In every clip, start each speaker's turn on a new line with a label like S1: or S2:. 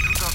S1: Tout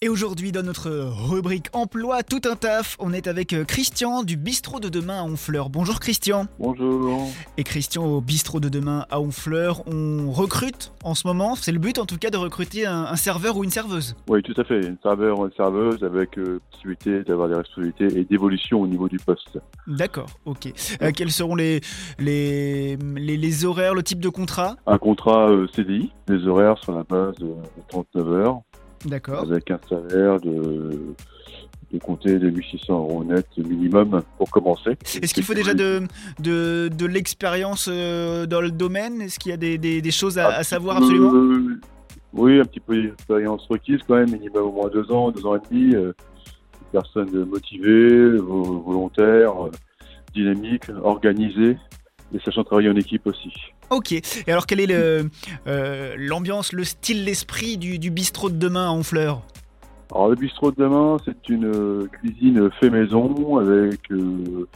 S2: Et aujourd'hui, dans notre rubrique emploi, tout un taf, on est avec euh, Christian du Bistrot de Demain à Honfleur. Bonjour Christian.
S3: Bonjour.
S2: Et Christian, au Bistrot de Demain à Honfleur, on recrute en ce moment, c'est le but en tout cas de recruter un, un serveur ou une serveuse.
S3: Oui, tout à fait. Une serveur ou une serveuse avec euh, possibilité d'avoir des responsabilités et d'évolution au niveau du poste.
S2: D'accord, ok. Euh, quels seront les, les, les, les horaires, le type de contrat
S3: Un contrat euh, CDI, les horaires sur la base de 39 heures,
S2: D'accord.
S3: avec un salaire de, de compter de 1600 euros net minimum pour commencer.
S2: Est-ce qu'il faut déjà de, de, de l'expérience euh, dans le domaine Est-ce qu'il y a des, des- des choses à, à savoir absolument
S3: Euh, Oui, un petit peu d'expérience requise quand même, minimum au moins deux ans, deux ans et demi. euh, personne motivée, vo- volontaire, euh, dynamique, organisée et sachant travailler en équipe aussi.
S2: Ok. Et alors, quelle est le, euh, l'ambiance, le style, l'esprit du, du bistrot de demain à Honfleur
S3: Alors le bistrot de demain, c'est une euh, cuisine fait maison avec euh,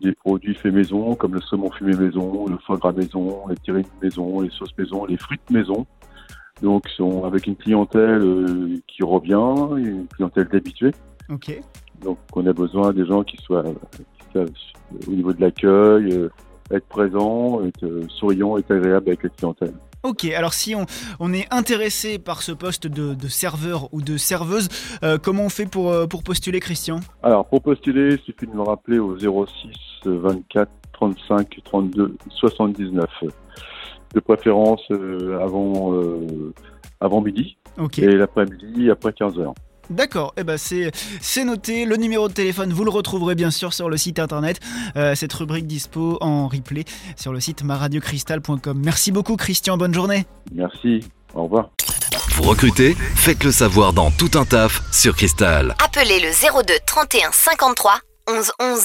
S3: des produits faits maison comme le saumon fumé maison, le foie gras maison, les terrines maison, les sauces maison, les frites maison. Donc sont avec une clientèle euh, qui revient, et une clientèle d'habitués.
S2: Ok.
S3: Donc on a besoin des gens qui soient euh, qui savent, euh, au niveau de l'accueil, euh, être présent, être euh, souriant, être agréable avec la clientèle.
S2: Ok. Alors, si on, on est intéressé par ce poste de, de serveur ou de serveuse, euh, comment on fait pour, euh, pour postuler, Christian
S3: Alors, pour postuler, il suffit de me rappeler au 06 24 35 32 79. De préférence euh, avant, euh, avant midi
S2: Ok.
S3: et l'après-midi après 15 heures.
S2: D'accord, eh ben c'est, c'est noté. Le numéro de téléphone, vous le retrouverez bien sûr sur le site internet. Euh, cette rubrique dispo en replay sur le site maradiocristal.com. Merci beaucoup Christian, bonne journée.
S3: Merci, au revoir.
S1: Vous recrutez Faites le savoir dans Tout un taf sur Cristal.
S4: Appelez le 02 31 53 11 11.